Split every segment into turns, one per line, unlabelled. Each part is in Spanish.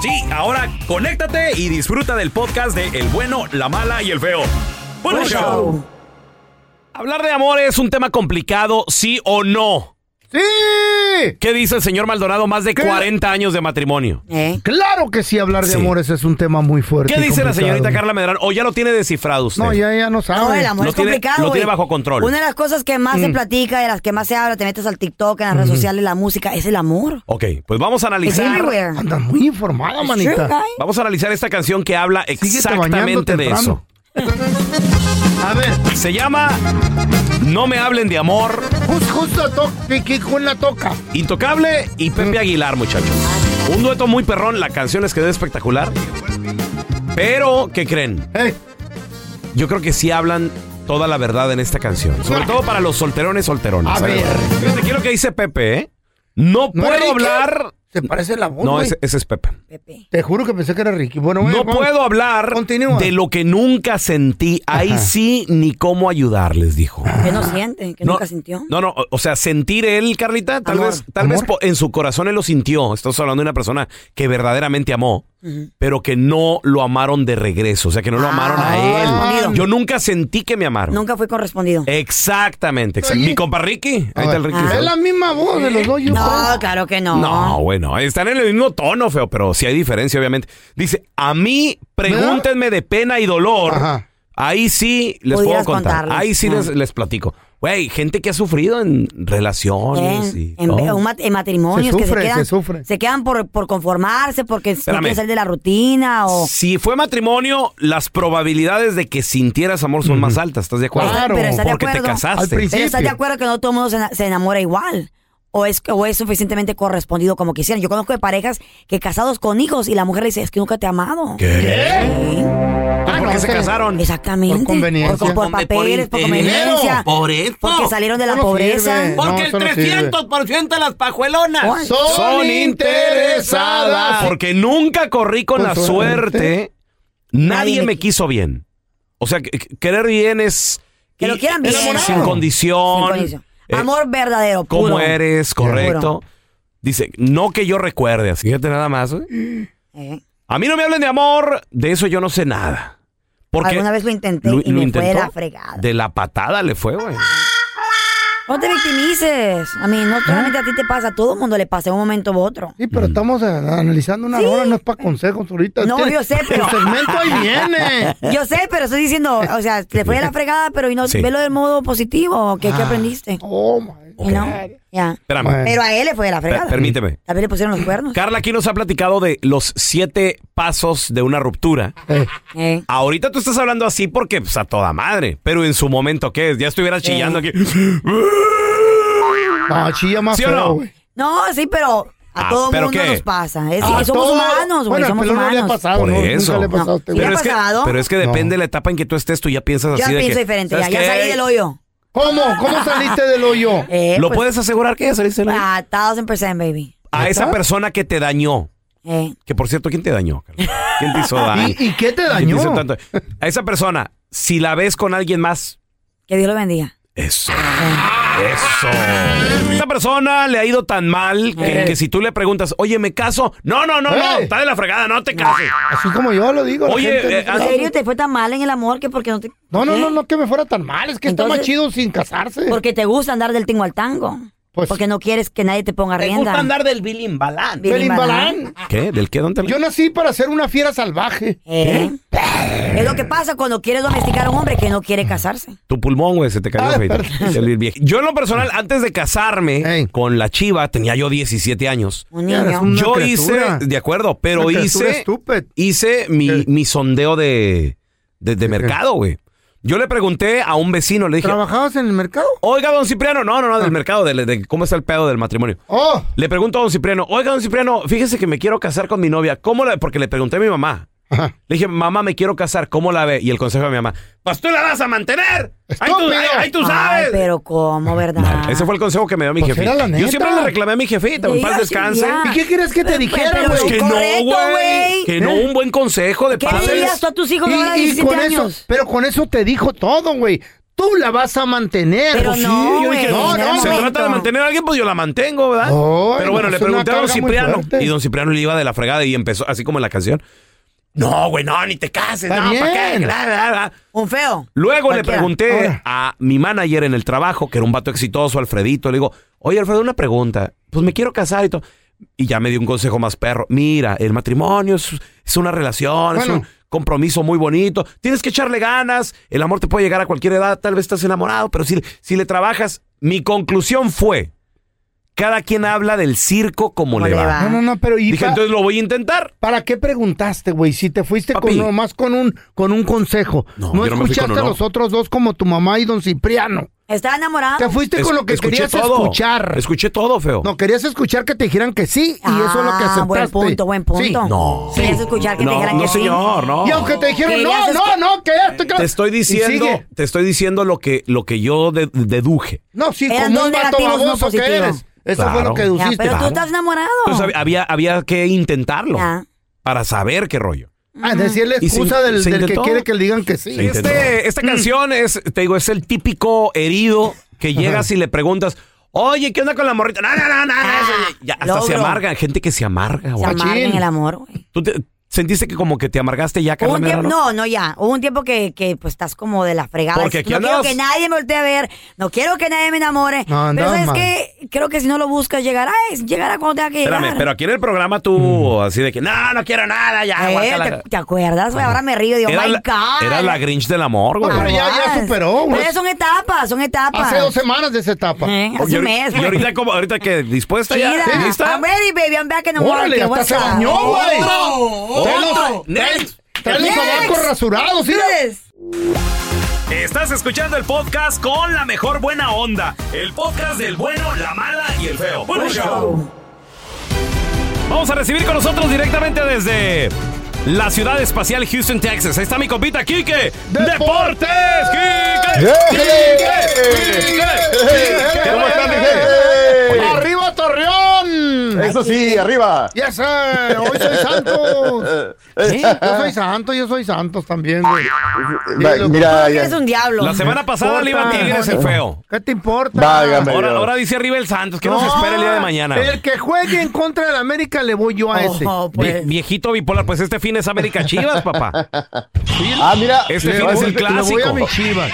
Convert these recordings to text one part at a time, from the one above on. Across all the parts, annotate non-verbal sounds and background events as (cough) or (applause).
Sí, ahora conéctate y disfruta del podcast de El bueno, la mala y el feo. Buen
Buen
show.
show.
Hablar de amor es un tema complicado, sí o no.
¡Sí!
¿Qué dice el señor Maldonado? Más de 40 años de matrimonio.
¿Eh?
Claro que sí, hablar de
Sí.
amores es un tema muy fuerte.
¿Qué
y
dice la
complicado.
señorita Carla Medrano? ¿O ya lo tiene descifrado usted?
No, ya, ya no sabe.
No, el amor
Lo
es
tiene-
complicado.
lo tiene
güey.
bajo control. Mm.
Una de las cosas que más se platica, de las que más se habla, te metes al TikTok, en las redes sociales, la música, es el amor.
Ok, pues vamos a
Es
Mm. analizar.
everywhere.
Anda muy informada,
Sure,
manita.
guy.
Vamos a analizar esta canción que habla
Síguete bañando
exactamente de
temprano.
eso.
A ver,
Se llama No me hablen de amor,
jus- justo toque, que con la toca.
Intocable y Pepe Aguilar, muchachos. Un dueto muy perrón, la canción les quedó espectacular. Pero, ¿qué creen?
Eh,
Yo creo que sí hablan toda la verdad en esta canción. Sobre todo para los solterones solterones.
A ver.
Fíjate aquí lo que dice Pepe, ¿eh? No
¿No
puedo
era Ricky?
hablar.
Se parece la voz.
No,
güey.
ese, ese es Pepe.
Pepe.
Te juro que pensé que era Ricky. Bueno,
No
bueno, vamos.
puedo hablar
Continúa.
de lo que nunca sentí. Ahí
Ajá.
sí, ni cómo ayudarles, dijo.
Que no siente, que nunca sintió.
No, no, o- o sea, sentir él, Carlita, tal
Amor.
vez, tal
Amor.
vez po- en su corazón él lo sintió. Estamos hablando de una persona que verdaderamente amó, pero que no lo amaron de regreso, o sea, que no lo amaron a él.
correspondido.
Yo nunca sentí que me amaron.
Ah, Nunca fue correspondido.
Eh, Exactamente, exact-
Oye.
Mi compa Ricky, ahí está el Ricky.
Ah,
Ah, Es la misma voz de los dos. yo
No,
creo.
claro que no.
No, bueno, están en el mismo tono, feo, pero sí hay diferencia, obviamente. Dice, a mí pregúntenme de pena y dolor.
Ajá.
Ahí sí les
Pudieras
puedo contar.
contarles.
Ahí sí
Ah.
les, les platico. Güey, gente que ha sufrido en relaciones
Eh,
y
en,
todo.
un mat- en matrimonios
Se
que
sufre,
se quedan,
se sufre.
quedan por, por conformarse, porque
Espérame.
no quieren salir de la rutina o...
Si fue matrimonio, las probabilidades de que sintieras amor son más altas, ¿estás de acuerdo?
Claro. Pero ¿estás
Ah, de
porque te
acuerdo?
Al
casaste.
principio.
Pero ¿estás de acuerdo que no todo el mundo se, ena- se enamora igual? O es, o es suficientemente correspondido como quisieran. Yo conozco de parejas que casados con hijos y la mujer le dice, es que nunca te he amado.
Ah,
¿Por
no,
qué se
que-
casaron?
Exactamente.
Por conveniencia.
Por, por
Por
papeles, por
dinero,
conveniencia.
por eso.
Porque salieron de la
Eso no
pobreza.
sirve. Porque No, el eso no sirve.
300% de las pajuelonas
¿Cuál?
Son interesadas. Pues
Porque nunca corrí con
Con
la
suerte.
suerte. Nadie
Nadie me
me quiso bien. O sea, que- que- querer bien es...
Que lo
y-
quieran
es
bien.
Sin condición.
Sin condición.
eh,
Amor verdadero, puro.
¿Cómo eres? Correcto.
Puro.
Dice, no que yo recuerde. así, Fíjate nada más. güey.
Eh,
A mí no me hablen de amor. De eso yo no sé nada. Porque
Alguna vez lo intenté
lo-
y
lo
me fue
intentó,
la fregada.
De la patada le fue, güey.
No te victimices. A mí,
¿Eh?
no solamente a ti te pasa, a todo el mundo le pasa en un momento u otro.
Sí, pero estamos eh, analizando una hora, no es para consejos ahorita.
No,
Este-
yo sé, pero-
El segmento ahí
(laughs)
viene.
Yo sé, pero estoy diciendo, o sea, te fue de la fregada, pero y no,
Sí. Ah,
velo del modo positivo, que, que aprendiste.
Oh, my.
You know? Ya.
Espérame.
Bueno.
Pero a él le fue de la
Per-
fregada.
permíteme.
También le pusieron los cuernos.
Carla aquí nos ha platicado de los siete pasos de una ruptura.
Eh,
Eh.
Ahorita tú estás hablando así porque pues, a toda madre. Pero en su momento, ¿qué es? Ya estuvieras chillando aquí.
no, chilla ah, más
¿Sí o
feo,
no?
güey.
No, sí, pero a
Ah,
todo
¿pero
mundo
qué? Ah,
nos pasa. Es-
A
somos
todo-
humanos, güey,
Bueno,
somos
pero no le ha
humanos.
pasado,
Por
no,
eso.
Nunca le ha pasado a este
No.
güey.
Pero
ha
es, que,
pasado?
pero es que depende de la etapa en que tú estés, tú ya piensas
Ya
así de
pienso
que,
diferente, ya,
¿sabes
ya
qué?
salí del hoyo.
¿Cómo?
(laughs)
¿Cómo saliste del hoyo?
Eh,
¿Lo
pues, Ah.
puedes asegurar que ya saliste del hoyo?
A thousand percent, baby.
a esa persona que te dañó.
Eh.
Que por cierto, ¿quién te dañó? Carla? ¿Quién te
(laughs)
hizo daño?
¿Y, y qué
¿Quién
te
te
dañó?
hizo tanto? A esa persona, si la ves con alguien más,
Que Dios lo bendiga.
eso. Eso. Esa persona le ha ido tan mal que,
Eh.
que si tú le preguntas, oye, ¿me caso? No, no, no, no,
Eh.
está de la fregada, no te cases.
Así como yo lo digo. la
Oye,
gente no
eh,
se
ah,
¿En
da-
serio te fue tan mal en el amor que porque no te. ¿Eh?
no, no,
¿Qué?
no, no que me fuera tan mal. Es que está más
Entonces-
chido sin casarse.
Porque te gusta andar del tingo al tango.
Pues-
porque no quieres que nadie te ponga rienda.
del Billy Balán.
Bien
Pelín
embalada.
Balán.
¿Qué? ¿Del qué? ¿Dónde?
Yo nací para ser una fiera salvaje.
Eh. Es lo que pasa cuando quieres domesticar a un hombre que no quiere casarse.
Tu pulmón, güey, se te cayó.
Ah,
feito.
perdón.
El viejo. Yo en lo personal, antes de casarme
Ey.
con la chiva, tenía yo 17 años.
Un
Ya eres
niño.
un- Una
yo
criatura.
hice, de acuerdo, pero
Una criatura
hice,
estúpida.
hice mi,
Eh.
mi sondeo de, de, de mercado, güey. Yo le pregunté a un vecino, le dije.
¿Trabajabas en el mercado?
Oiga, don Cipriano, no, no, no, del
Ah.
mercado, del- de, cómo está el pedo del matrimonio.
Oh.
Le pregunto a don Cipriano, oiga, don Cipriano, fíjese que me quiero casar con mi novia. ¿Cómo la.? Porque le pregunté a mi mamá. Le dije, mamá, me quiero casar, ¿cómo la ve? Y el consejo de mi mamá, pues tú la vas a mantener. Ahí tú, ahí- ahí tú sabes.
Ay, pero cómo, ¿verdad?
Ese fue el consejo que me dio mi
Pues
jefita.
era la
Yo
neta.
siempre le reclamé a mi jefita, en
Sí,
paz
sí,
descanse. "Pues
ya.
¿Y qué quieres que te
Pero-
dijera,
pero-
güey?
Que
Correcto,
no, güey.
güey. ¿Eh?
Que no, un buen consejo de
¿Qué
padres.
dirías tú a tus hijos
Y-
ahora de
y
17
con
años?
Eso, pero con eso te dijo todo, güey. Tú la vas a mantener.
Pero
Pues
no,
sí, yo
güey,
dije,
no,
no,
no,
se
no.
no.
trata de mantener a alguien, pues yo la mantengo, ¿verdad?
Ay,
Pero bueno,
no,
le
es una
pregunté a don
carga muy
Cipriano.
fuerte.
Y don Cipriano le iba de la fregada y empezó así como en la canción. No, güey, no, ni te cases,
Está
no, ¿para qué?
bien.
Bla, bla, bla.
Un feo.
Luego le
Cualquiera.
pregunté
Ahora.
a mi manager en el trabajo, que era un vato exitoso, Alfredito, le digo, oye Alfredo, una pregunta, pues me quiero casar y todo. Y ya me dio un consejo más perro. Mira, el matrimonio es, es una relación, es
Bueno.
un compromiso muy bonito. Tienes que echarle ganas. El amor te puede llegar a cualquier edad. Tal vez estás enamorado, pero si, si le trabajas. Mi conclusión fue: cada quien habla del circo como,
Como
le
le
va.
va.
No, no, no, pero ¿y
Dije,
pa-
entonces lo voy a intentar.
para qué preguntaste, güey? Si te fuiste
Papi.
con nomás con un con un consejo.
No,
No,
yo no me fui
escuchaste
con uno.
a los otros dos como tu mamá y don Cipriano.
¿Estaba enamorado?
Te fuiste
Es-
con lo que
escuché
querías
todo.
escuchar.
Escuché todo, feo.
No, querías escuchar que te dijeran que sí y eso es lo que
Ah,
aceptaste.
Buen punto, buen punto.
Sí.
No.
Querías escuchar que te
No,
dijeran
no,
que sí.
señor, no.
Y aunque te dijeron,
Querías
no, no,
escu-
no, que esto, que
Te estoy
y
diciendo,
sigue.
te estoy diciendo lo que, lo que yo de- deduje.
No, sí,
Eran
como
dos
un vato
negativos, no
baboso que
positivo.
eres. Eso fue
Claro.
lo que
Ya,
deduciste.
pero tú estás enamorado.
Entonces hab- había, había que intentarlo
Ya.
para saber qué rollo.
A Ah, decir la
Y se
excusa
in-
del,
se
del que
intentó.
quiere que le digan que sí.
Este- esta canción es, te digo, es el típico herido que llegas y le preguntas, oye, ¿qué onda con la morrita? No, no, no, no, no, eso ya- ya, hasta
Ah, logro.
se amargan, gente que se amarga,
Se
güey.
amarga en
Machín.
el amor, güey.
¿Tú te- sentiste que como que te amargaste ya,
Hubo
Carla
un
Medrano?
tiempo, no, no, ya. Hubo un tiempo que, que pues estás como de la fregada.
Porque
Dices,
aquí
no quiero
andabas-
que nadie me voltee a ver, no quiero que nadie me enamore.
No,
pero
andabas
sabes
mal.
que creo que si no lo buscas, llegará, es- llegará cuando tenga que llegar.
Espérame, pero aquí en el programa tú así de que, no, no quiero nada, ya,
Mm. Eh,
guácala".
¿te, te acuerdas? güey? Ahora me río, digo,
Era
my
la,
God.
era la Grinch del amor, güey.
Pero ya- ya
Aguas.
superó, güey.
Pero son etapas, son etapas.
Hace dos semanas de esa etapa.
Eh,
Y
hace un
ahorita-
mes.
y
güey.
ahorita, como, ahorita que dispuesta ya,
Chida.
¿lista?
I'm ready, baby. I'm back in the
Órale,
market.
hasta
What's
se
up?
bañó,
Otro,
güey. Trae
otro,
los-
next.
Trae los
Next.
sobacos rasurados, mira.
Yes.
Estás escuchando el podcast con la mejor buena onda. El podcast del bueno, la mala y el feo. Bueno, show. Vamos a recibir con nosotros directamente desde la ciudad espacial Houston, Texas. Ahí está mi compita Quique.
Deportes.
¡Deportes! ¡Quique!
¡Eh!
¡Quique! ¡Quique! ¡Quique!
¿Cómo están, mi
¡Eh!
gente?
¡Arriba, Torreón!
Eso sí, arriba.
Yes, sir. Hoy soy Santos. Sí, Yo soy Santos, yo soy Santos también, güey.
Va-
Dilo.
mira, ya-
Eres un diablo.
La semana pasada le iba a Tigres el feo.
¿Qué te importa?
Válgame.
Ahora, ahora dice arriba el Santos. ¿Qué nos
No,
espera el día de mañana?
El que juegue en contra del América le voy yo a ese.
Oh,
Vie-
pues.
viejito bipolar, pues este fin es América Chivas, papá.
Ah, mira.
Este
le
fin
voy-
es el
le voy a
Le voy a
clásico.
mi chivas.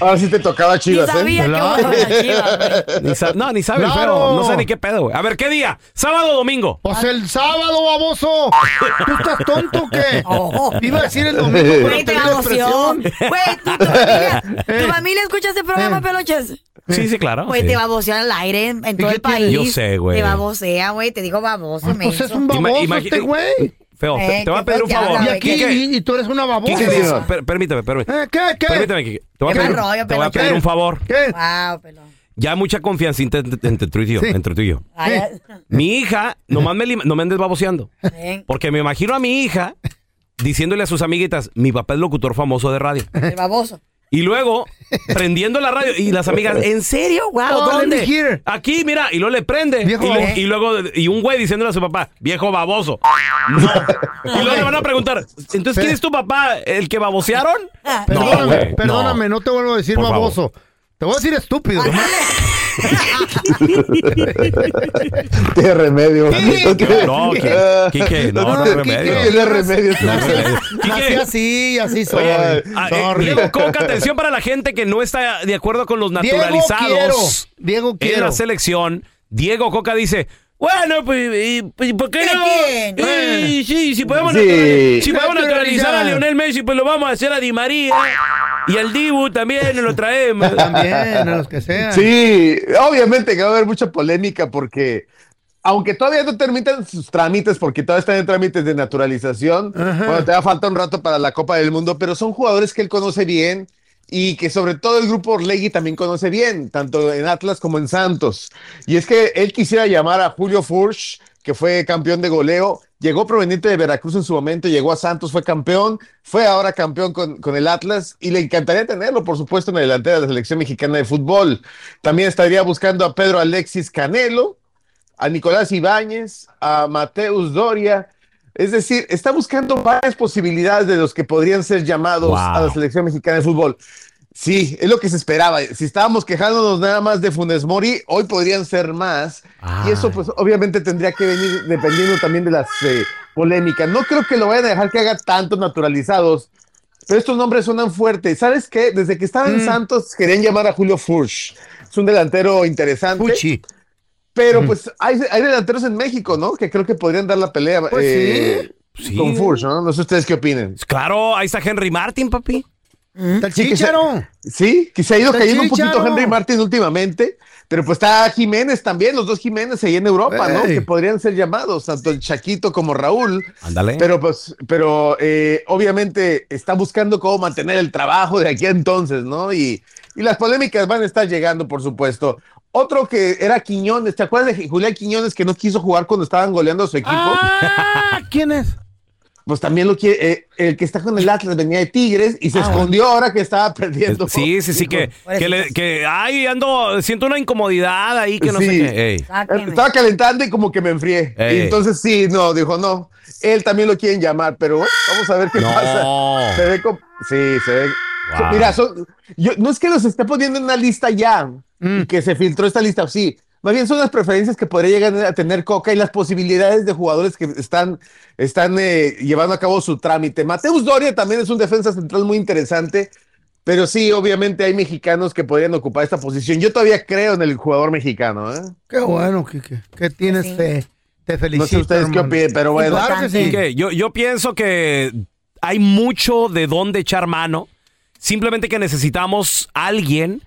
Ahora sí te tocaba
Ni
chivas,
sabía
¿eh?
que
Hola.
hubo una chiva, güey.
Ni sa- no, ni sabe el
Claro.
feo. No sé ni qué pedo, güey. A ver, ¿qué día? ¿Sábado o domingo?
Pues el sábado, baboso. ¿Tú estás tonto o
(laughs)
qué?
Oh.
Iba a decir el domingo, pero
Güey,
te
te
di
da
la
emoción.
expresión.
Güey, tu,
(laughs)
tu familia,
Eh.
tu familia escucha este programa,
Eh.
peluches.
Sí, sí, claro.
Güey,
sí.
te va a vocear al aire en, en todo
qué
el
tiene?
país.
Yo sé, güey.
Te va a vocear, güey. Te digo baboso, me.
Pues es un
Ima-
baboso
imagi-
este güey.
Feo, te-
Eh,
te voy a
qué
pedir un
feo que
favor.
habla,
Y
güey.
aquí,
Quique,
y, y tú eres una babosa.
Quique,
Sí,
dice-
señor.
per- permíteme, permíteme.
Eh, ¿Qué, qué?
Permíteme, Quique. Te voy a
Qué
pedir,
mal rollo,
te voy a
pelotero.
pedir un favor.
¿Qué?
Wow, pelón.
Ya mucha confianza entre, entre tú y yo.
Sí.
Entre tú y yo.
Ay,
Eh.
Mi hija, nomás me, lim- no me andes baboseando.
ven,
Porque me imagino a mi hija diciéndole a sus amiguitas, mi papá es locutor famoso de radio.
el baboso.
Y luego, prendiendo la radio, y las amigas, ¿en serio? Wow,
Oh, let me
¿dónde?
hear.
Aquí, mira, y luego le prende.
Viejo
y,
baboso.
y luego, y un güey diciéndole a su papá, viejo baboso. (laughs) No. y luego le van a preguntar, entonces, ¿quién es tu papá? ¿El que babosearon? No,
Perdóname,
güey,
perdóname, no. te vuelvo a decir
Por favor.
baboso. Te voy a decir estúpido.
Qué
No,
remedio.
Quique, Quique, no, no,
Quique,
remedio.
Tiene remedio.
Nací
Quique.
así, así soy.
Oye,
Ah, eh,
Sorry. (laughs)
Diego Coca, atención para la gente que no está de acuerdo con los
Diego
naturalizados.
quiero. Diego
en la
quiero.
selección, Diego Coca dice, bueno, pues, eh, pues, ¿por qué
¿De
no?
quién?
Eh, sí, si podemos,
Sí.
naturalizar, si podemos naturalizar a
Naturalizar.
Lionel Messi, pues lo vamos a hacer a Di María. Y al Dibu también nos lo traemos.
También, a los que sean.
Sí, obviamente que va a haber mucha polémica porque, aunque todavía no terminan sus trámites, porque todavía están en trámites de naturalización, bueno, te va a faltar un rato para la Copa del Mundo, pero son jugadores que él conoce bien, y que sobre todo el grupo Orlegui también conoce bien, tanto en Atlas como en Santos. Y es que él quisiera llamar a Julio Furch, que fue campeón de goleo, llegó proveniente de Veracruz en su momento, llegó a Santos, fue campeón, fue ahora campeón con, con, el Atlas y le encantaría tenerlo, por supuesto, en la delantera de la selección mexicana de fútbol. También estaría buscando a Pedro Alexis Canelo, a Nicolás Ibáñez, a Mateus Doria. Es decir, está buscando varias posibilidades de los que podrían ser llamados wow. a la selección mexicana de fútbol. Sí, es lo que se esperaba. Si estábamos quejándonos nada más de Funes Mori, hoy podrían ser más. Ay. Y eso, pues, obviamente tendría que venir dependiendo también de las eh, polémicas. No creo que lo vayan a dejar que haga tantos naturalizados, pero estos nombres suenan fuertes. ¿Sabes qué? Desde que estaba en mm. Santos, querían llamar a Julio Furch. Es un delantero interesante.
Fuchi.
Pero, mm. pues, hay, hay, delanteros en México, ¿no? Que creo que podrían dar la pelea pues, eh, sí. con Furch, ¿no? No sé ustedes qué opinen.
Claro, ahí está Henry Martin, papi.
Está sí, ¿Mm? chicharo.
Que se, sí, que se ha ido está cayendo chicharo. un poquito Henry Martin últimamente, pero pues está Jiménez también, los dos Jiménez ahí en Europa, hey. ¿no? Que podrían ser llamados, tanto el Chaquito como Raúl.
Ándale.
Pero pues, pero eh, obviamente está buscando cómo mantener el trabajo de aquí a entonces, ¿no? Y, y las polémicas van a estar llegando, por supuesto. Otro que era Quiñones, ¿te acuerdas de Julián Quiñones que no quiso jugar cuando estaban goleando a su equipo?
Ah, ¿Quién es?
pues también lo quiere, eh, el que está con el Atlas venía de Tigres y se ah, escondió bueno. ahora que estaba perdiendo.
Sí, sí, sí, que, que, le, que, ay, ando, siento una incomodidad ahí que no sí. sé qué.
Ah,
Eh,
Estaba calentando y como que me enfrié. Y entonces sí, no, dijo no. Él también lo quieren llamar, pero bueno, vamos a ver qué no. pasa. Se ve como, sí, se ve. Wow. Mira, son, yo, no es que los esté poniendo en una lista ya, mm. que se filtró esta lista, sí, más bien son las preferencias que podría llegar a tener Coca y las posibilidades de jugadores que están, están eh, llevando a cabo su trámite. Mateus Doria también es un defensa central muy interesante, pero sí, obviamente hay mexicanos que podrían ocupar esta posición. Yo todavía creo en el jugador mexicano. ¿eh?
Qué bueno, Kike. Que tienes sí. fe. Te felicito.
No sé ustedes hermano. qué opinan, pero bueno.
Claro que sí. Quique, yo, yo pienso que hay mucho de dónde echar mano. Simplemente que necesitamos alguien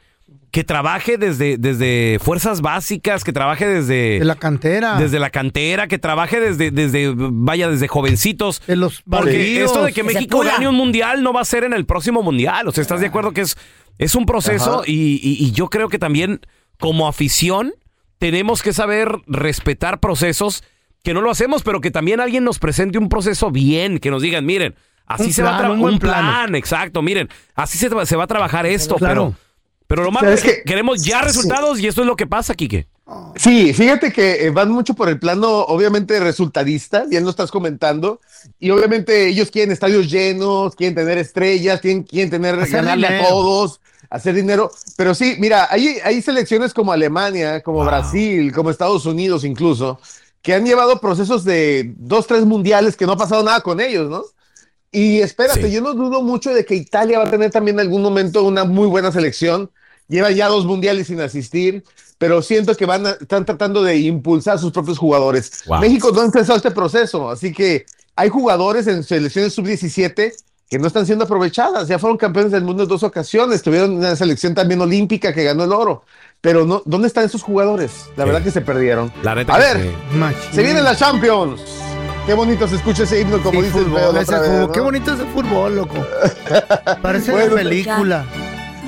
que trabaje desde, desde fuerzas básicas, que trabaje desde...
De la cantera.
Desde la cantera, que trabaje desde, desde vaya, desde jovencitos.
De los
Porque barrios, esto de que, que México gane un mundial no va a ser en el próximo mundial. O sea, ¿estás de acuerdo que es, es un proceso? Y, y, y yo creo que también como afición tenemos que saber respetar procesos que no lo hacemos, pero que también alguien nos presente un proceso bien, que nos digan, miren, así un se plan, va a trabajar... Un plan, plan, exacto, miren, así se, se va a trabajar esto, claro. pero... Pero lo malo es que queremos ya resultados sí. y esto es lo que pasa, Quique.
Sí, fíjate que eh, van mucho por el plano, obviamente, resultadista, bien lo estás comentando, y obviamente ellos quieren estadios llenos, quieren tener estrellas, quieren, quieren tener, hacer ganarle dinero. a todos, hacer dinero, pero sí, mira, hay, hay selecciones como Alemania, como wow. Brasil, como Estados Unidos incluso, que han llevado procesos de dos, tres mundiales que no ha pasado nada con ellos, ¿no? Y espérate, sí. yo no dudo mucho de que Italia va a tener también en algún momento una muy buena selección, lleva ya dos mundiales sin asistir, pero siento que van a, están tratando de impulsar a sus propios jugadores. Wow. México no ha empezado este proceso, así que hay jugadores en selecciones sub-17 que no están siendo aprovechadas. Ya fueron campeones del mundo en dos ocasiones, tuvieron una selección también olímpica que ganó el oro. Pero no, ¿dónde están esos jugadores? La verdad sí. que se perdieron.
La
a ver, se... se viene la Champions. Qué bonito se escucha ese himno, como sí, dice fútbol,
el feo. ¿no? Qué bonito es el fútbol, loco.
(laughs)
Parece bueno, una película.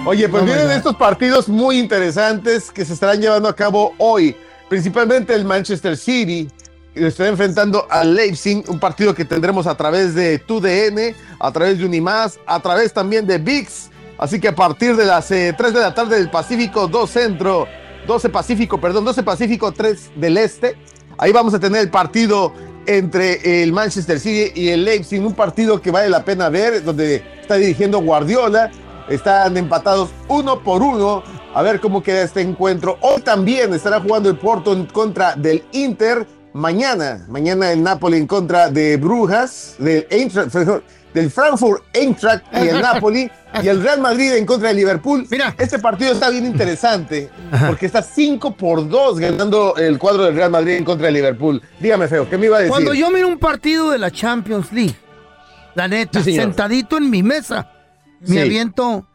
Oye, pues no vienen estos partidos muy interesantes que se estarán llevando a cabo hoy. Principalmente el Manchester City estará enfrentando al Leipzig, un partido que tendremos a través de TUDN, a través de Unimás, a través también de VIX. Así que a partir de las eh, 3 de la tarde del Pacífico, 2 Centro, 12 Pacífico, perdón, 12 Pacífico, 3 del Este. Ahí vamos a tener el partido entre el Manchester City y el Leipzig, un partido que vale la pena ver, donde está dirigiendo Guardiola, están empatados uno por uno. A ver cómo queda este encuentro. Hoy también estará jugando el Porto en contra del Inter. Mañana, mañana el Napoli en contra de Brujas, del, Eintracht, del Frankfurt Eintracht y el Napoli. Y el Real Madrid en contra de Liverpool.
Mira.
Este partido está bien interesante porque está 5 por 2 ganando el cuadro del Real Madrid en contra de Liverpool. Dígame, Feo, ¿qué me iba a decir?
Cuando yo miro un partido de la Champions League, la neta, sí, sentadito en mi mesa, me sí. aviento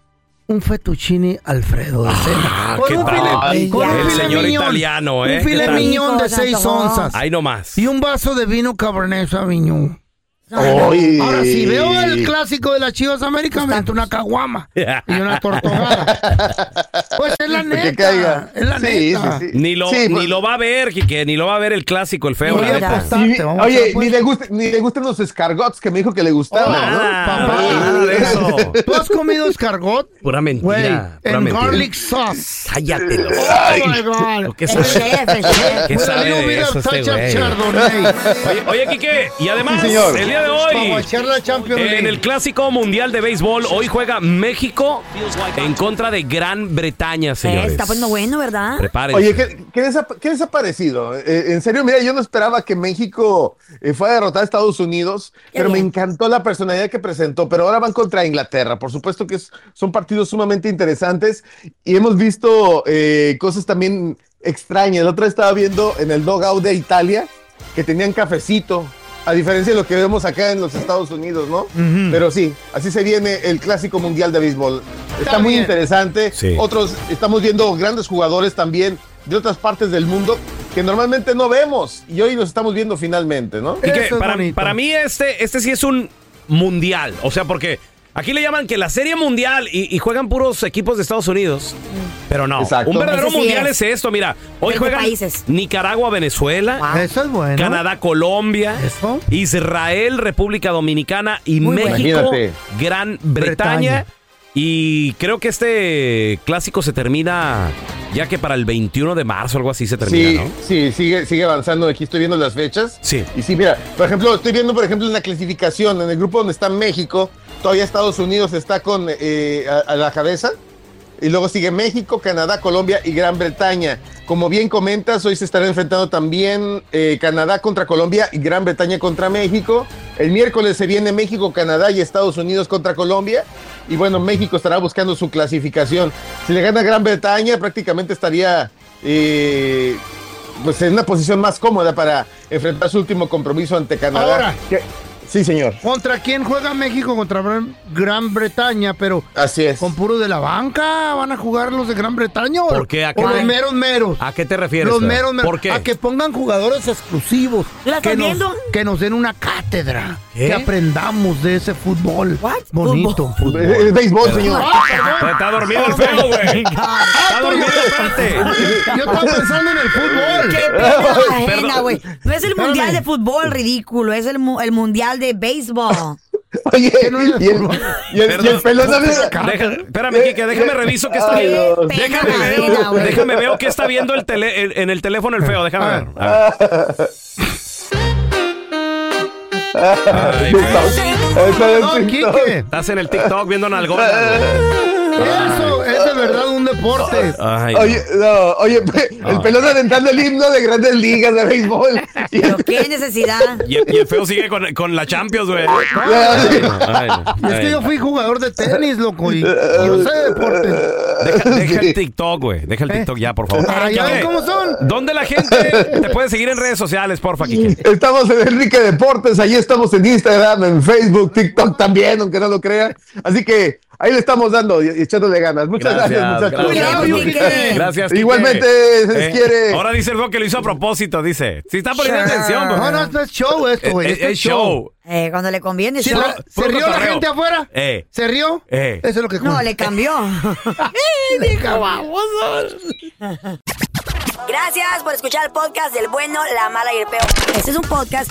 un fettuccine Alfredo de cena.
Ah, con un file, con un el señor miñón, italiano, ¿eh?
Pues, Un filet miñón de 6 onzas.
Ahí nomás.
Y un vaso de vino Cabernet Sauvignon.
Oy.
Ahora, si veo el clásico de las Chivas América, me meto una caguama y
(laughs)
una tortojada. Pues es la
Que
neta.
caiga.
Es la
Sí,
neta.
sí, sí.
Ni lo,
Sí,
ni
pues-
lo va a ver, Quique, ni lo va a ver el clásico, el feo.
Voy
la
a
neta.
apostar.
Ni-
Vamos a
oye,
ver,
ni
pues.
le, gusta- ni le gustan los escargots que me dijo que le gustaban.
Hola.
¿no?
Nada,
papá.
nada de eso.
(laughs) ¿Tú has comido escargot?
Pura
Güey,
mentira. pura
en
mentira.
garlic sauce.
Cállate. los-
Oh my God.
¿Qué
El
sabe?
chef, el chef.
¿Qué
With a
sabe
little
de
bit of
eso este
touch of
güey?
Chardonnay.
(laughs) Oye, oye, Quique, y además,
Sí, señor.
el día de
Para
hoy,
guachar la Champions
en
League.
el Clásico Mundial de Béisbol, hoy juega México en contra de Gran Bretaña,
Eh,
señores.
Está poniendo bueno, ¿verdad?
Prepárense.
Oye, ¿qué, qué, desap- qué desaparecido? Eh, en serio, mira, yo no esperaba que México eh, fuera a derrotar a Estados Unidos, pero
bien.
me encantó la personalidad que presentó. Pero ahora van contra Inglaterra. Por supuesto que es- son partidos sumamente interesantes y hemos visto eh, cosas también extrañas. La otra vez estaba viendo en el dogout de Italia que tenían cafecito, a diferencia de lo que vemos acá en los Estados Unidos, ¿no? Pero sí, así se viene el clásico mundial de béisbol. Está,
Está
muy
bien.
interesante.
Sí.
Otros, estamos viendo grandes jugadores también de otras partes del mundo que normalmente no vemos y hoy los estamos viendo finalmente, ¿no?
Y que
Eso es
para,
bonito.
para mí este, este sí es un mundial. O sea, porque aquí le llaman que la serie mundial y, y juegan puros equipos de Estados Unidos. Pero no.
Exacto.
Un verdadero
Ese sí
mundial
es.
es. esto. Mira, hoy
Veinte
juegan
países.
Nicaragua, Venezuela,
Wow.
Eso es bueno.
Canadá, Colombia,
Eso.
Israel, República Dominicana y
Muy bueno.
México,
Imagínate.
Gran Bretaña.
Bretaña.
Y creo que este clásico se termina ya que para el 21 de marzo, algo así se termina,
Sí,
¿no?
sí, sigue, sigue avanzando. Aquí estoy viendo las fechas.
Sí.
Y sí, mira, por ejemplo, estoy viendo, por ejemplo, en la clasificación, en el grupo donde está México, todavía Estados Unidos está con eh, a, a la cabeza. Y luego sigue México, Canadá, Colombia y Gran Bretaña. Como bien comentas, hoy se estará enfrentando también eh, Canadá contra Colombia y Gran Bretaña contra México. El miércoles se viene México, Canadá y Estados Unidos contra Colombia. Y bueno, México estará buscando su clasificación. Si le gana Gran Bretaña, prácticamente estaría eh, pues en una posición más cómoda para enfrentar su último compromiso ante Canadá.
Ahora.
Que- Sí, señor.
¿Contra quién juega México? Contra Gran- Gran Bretaña, pero
Así es.
con puro de la banca. ¿Van a jugar los de Gran Bretaña o,
¿Por qué? ¿A qué?
o los meros meros?
¿A qué te refieres?
Los
Fer?
meros meros.
¿Por qué?
A que pongan jugadores exclusivos.
¿Tú la estás
que,
viendo?
nos, que nos den una cátedra.
¿Qué?
Que aprendamos de ese fútbol
What?
bonito.
(laughs)
Es es béisbol, señor.
Ah,
Pero Pues Está dormido el feo, güey. Está dormido, espérate.
Yo estaba pensando en el fútbol.
Qué pena ajena,
Perdón.
güey. No es el mundial de fútbol, ridículo. Es el, mu- el mundial de
Oh.
béisbol.
Oye,
no es
y el,
fútbol?
y el- y el
Perdón.
pelón habla-
Deja- espérame, Kike, déjame reviso que está
Ay,
viendo.
Dios.
Déjame
Pena ajena,
ver.
güey.
Déjame veo que está viendo el tele- el- en el teléfono el feo. Déjame ver. A ver. Ay, güey.
Está en
No,
TikTok.
Quique.
Estás en el TikTok viendo nalgonas, güey.
Eso es de verdad un deporte.
Ay, no.
Oye, no, oye, pe-
Ah.
el pelón aventando el himno de grandes ligas de béisbol. Y el-
Pero qué
(laughs)
necesidad.
Y el, y el feo sigue con, con la Champions, güey.
Ay,
Ay, no.
Y es que
Ay,
yo
no.
fui jugador de tenis, loco, y yo sé de deporte.
Deja, deja
Sí.
el TikTok, güey. Deja el TikTok ya, por favor.
Para ya
Quique,
ver cómo son.
¿Dónde la gente te puede seguir en redes sociales, porfa, Kike?
Estamos en Enrique Deportes, ahí estamos en Instagram, en Facebook, TikTok también, aunque no lo crean. Así que ahí le estamos dando y y echándole ganas. Muchas gracias, muchachos.
Gracias,
Cuidado, Quique.
Gracias, Quique.
Igualmente, se les quiere.
Ahora dice el Rock que lo hizo a propósito, dice. Si está poniendo
Sure.
atención,
No,
bro.
no, esto es show esto, güey. este
eh, es,
esto
es show.
Eh, cuando le conviene.
¿Se,
sí.
ra- se
puro
rió la
cotorreo.
gente afuera?
Eh.
¿Se rió?
Eh.
Eso es lo que
No,
cuenta.
le cambió. Gracias por escuchar el podcast del bueno, la mala y el peor. Este es un podcast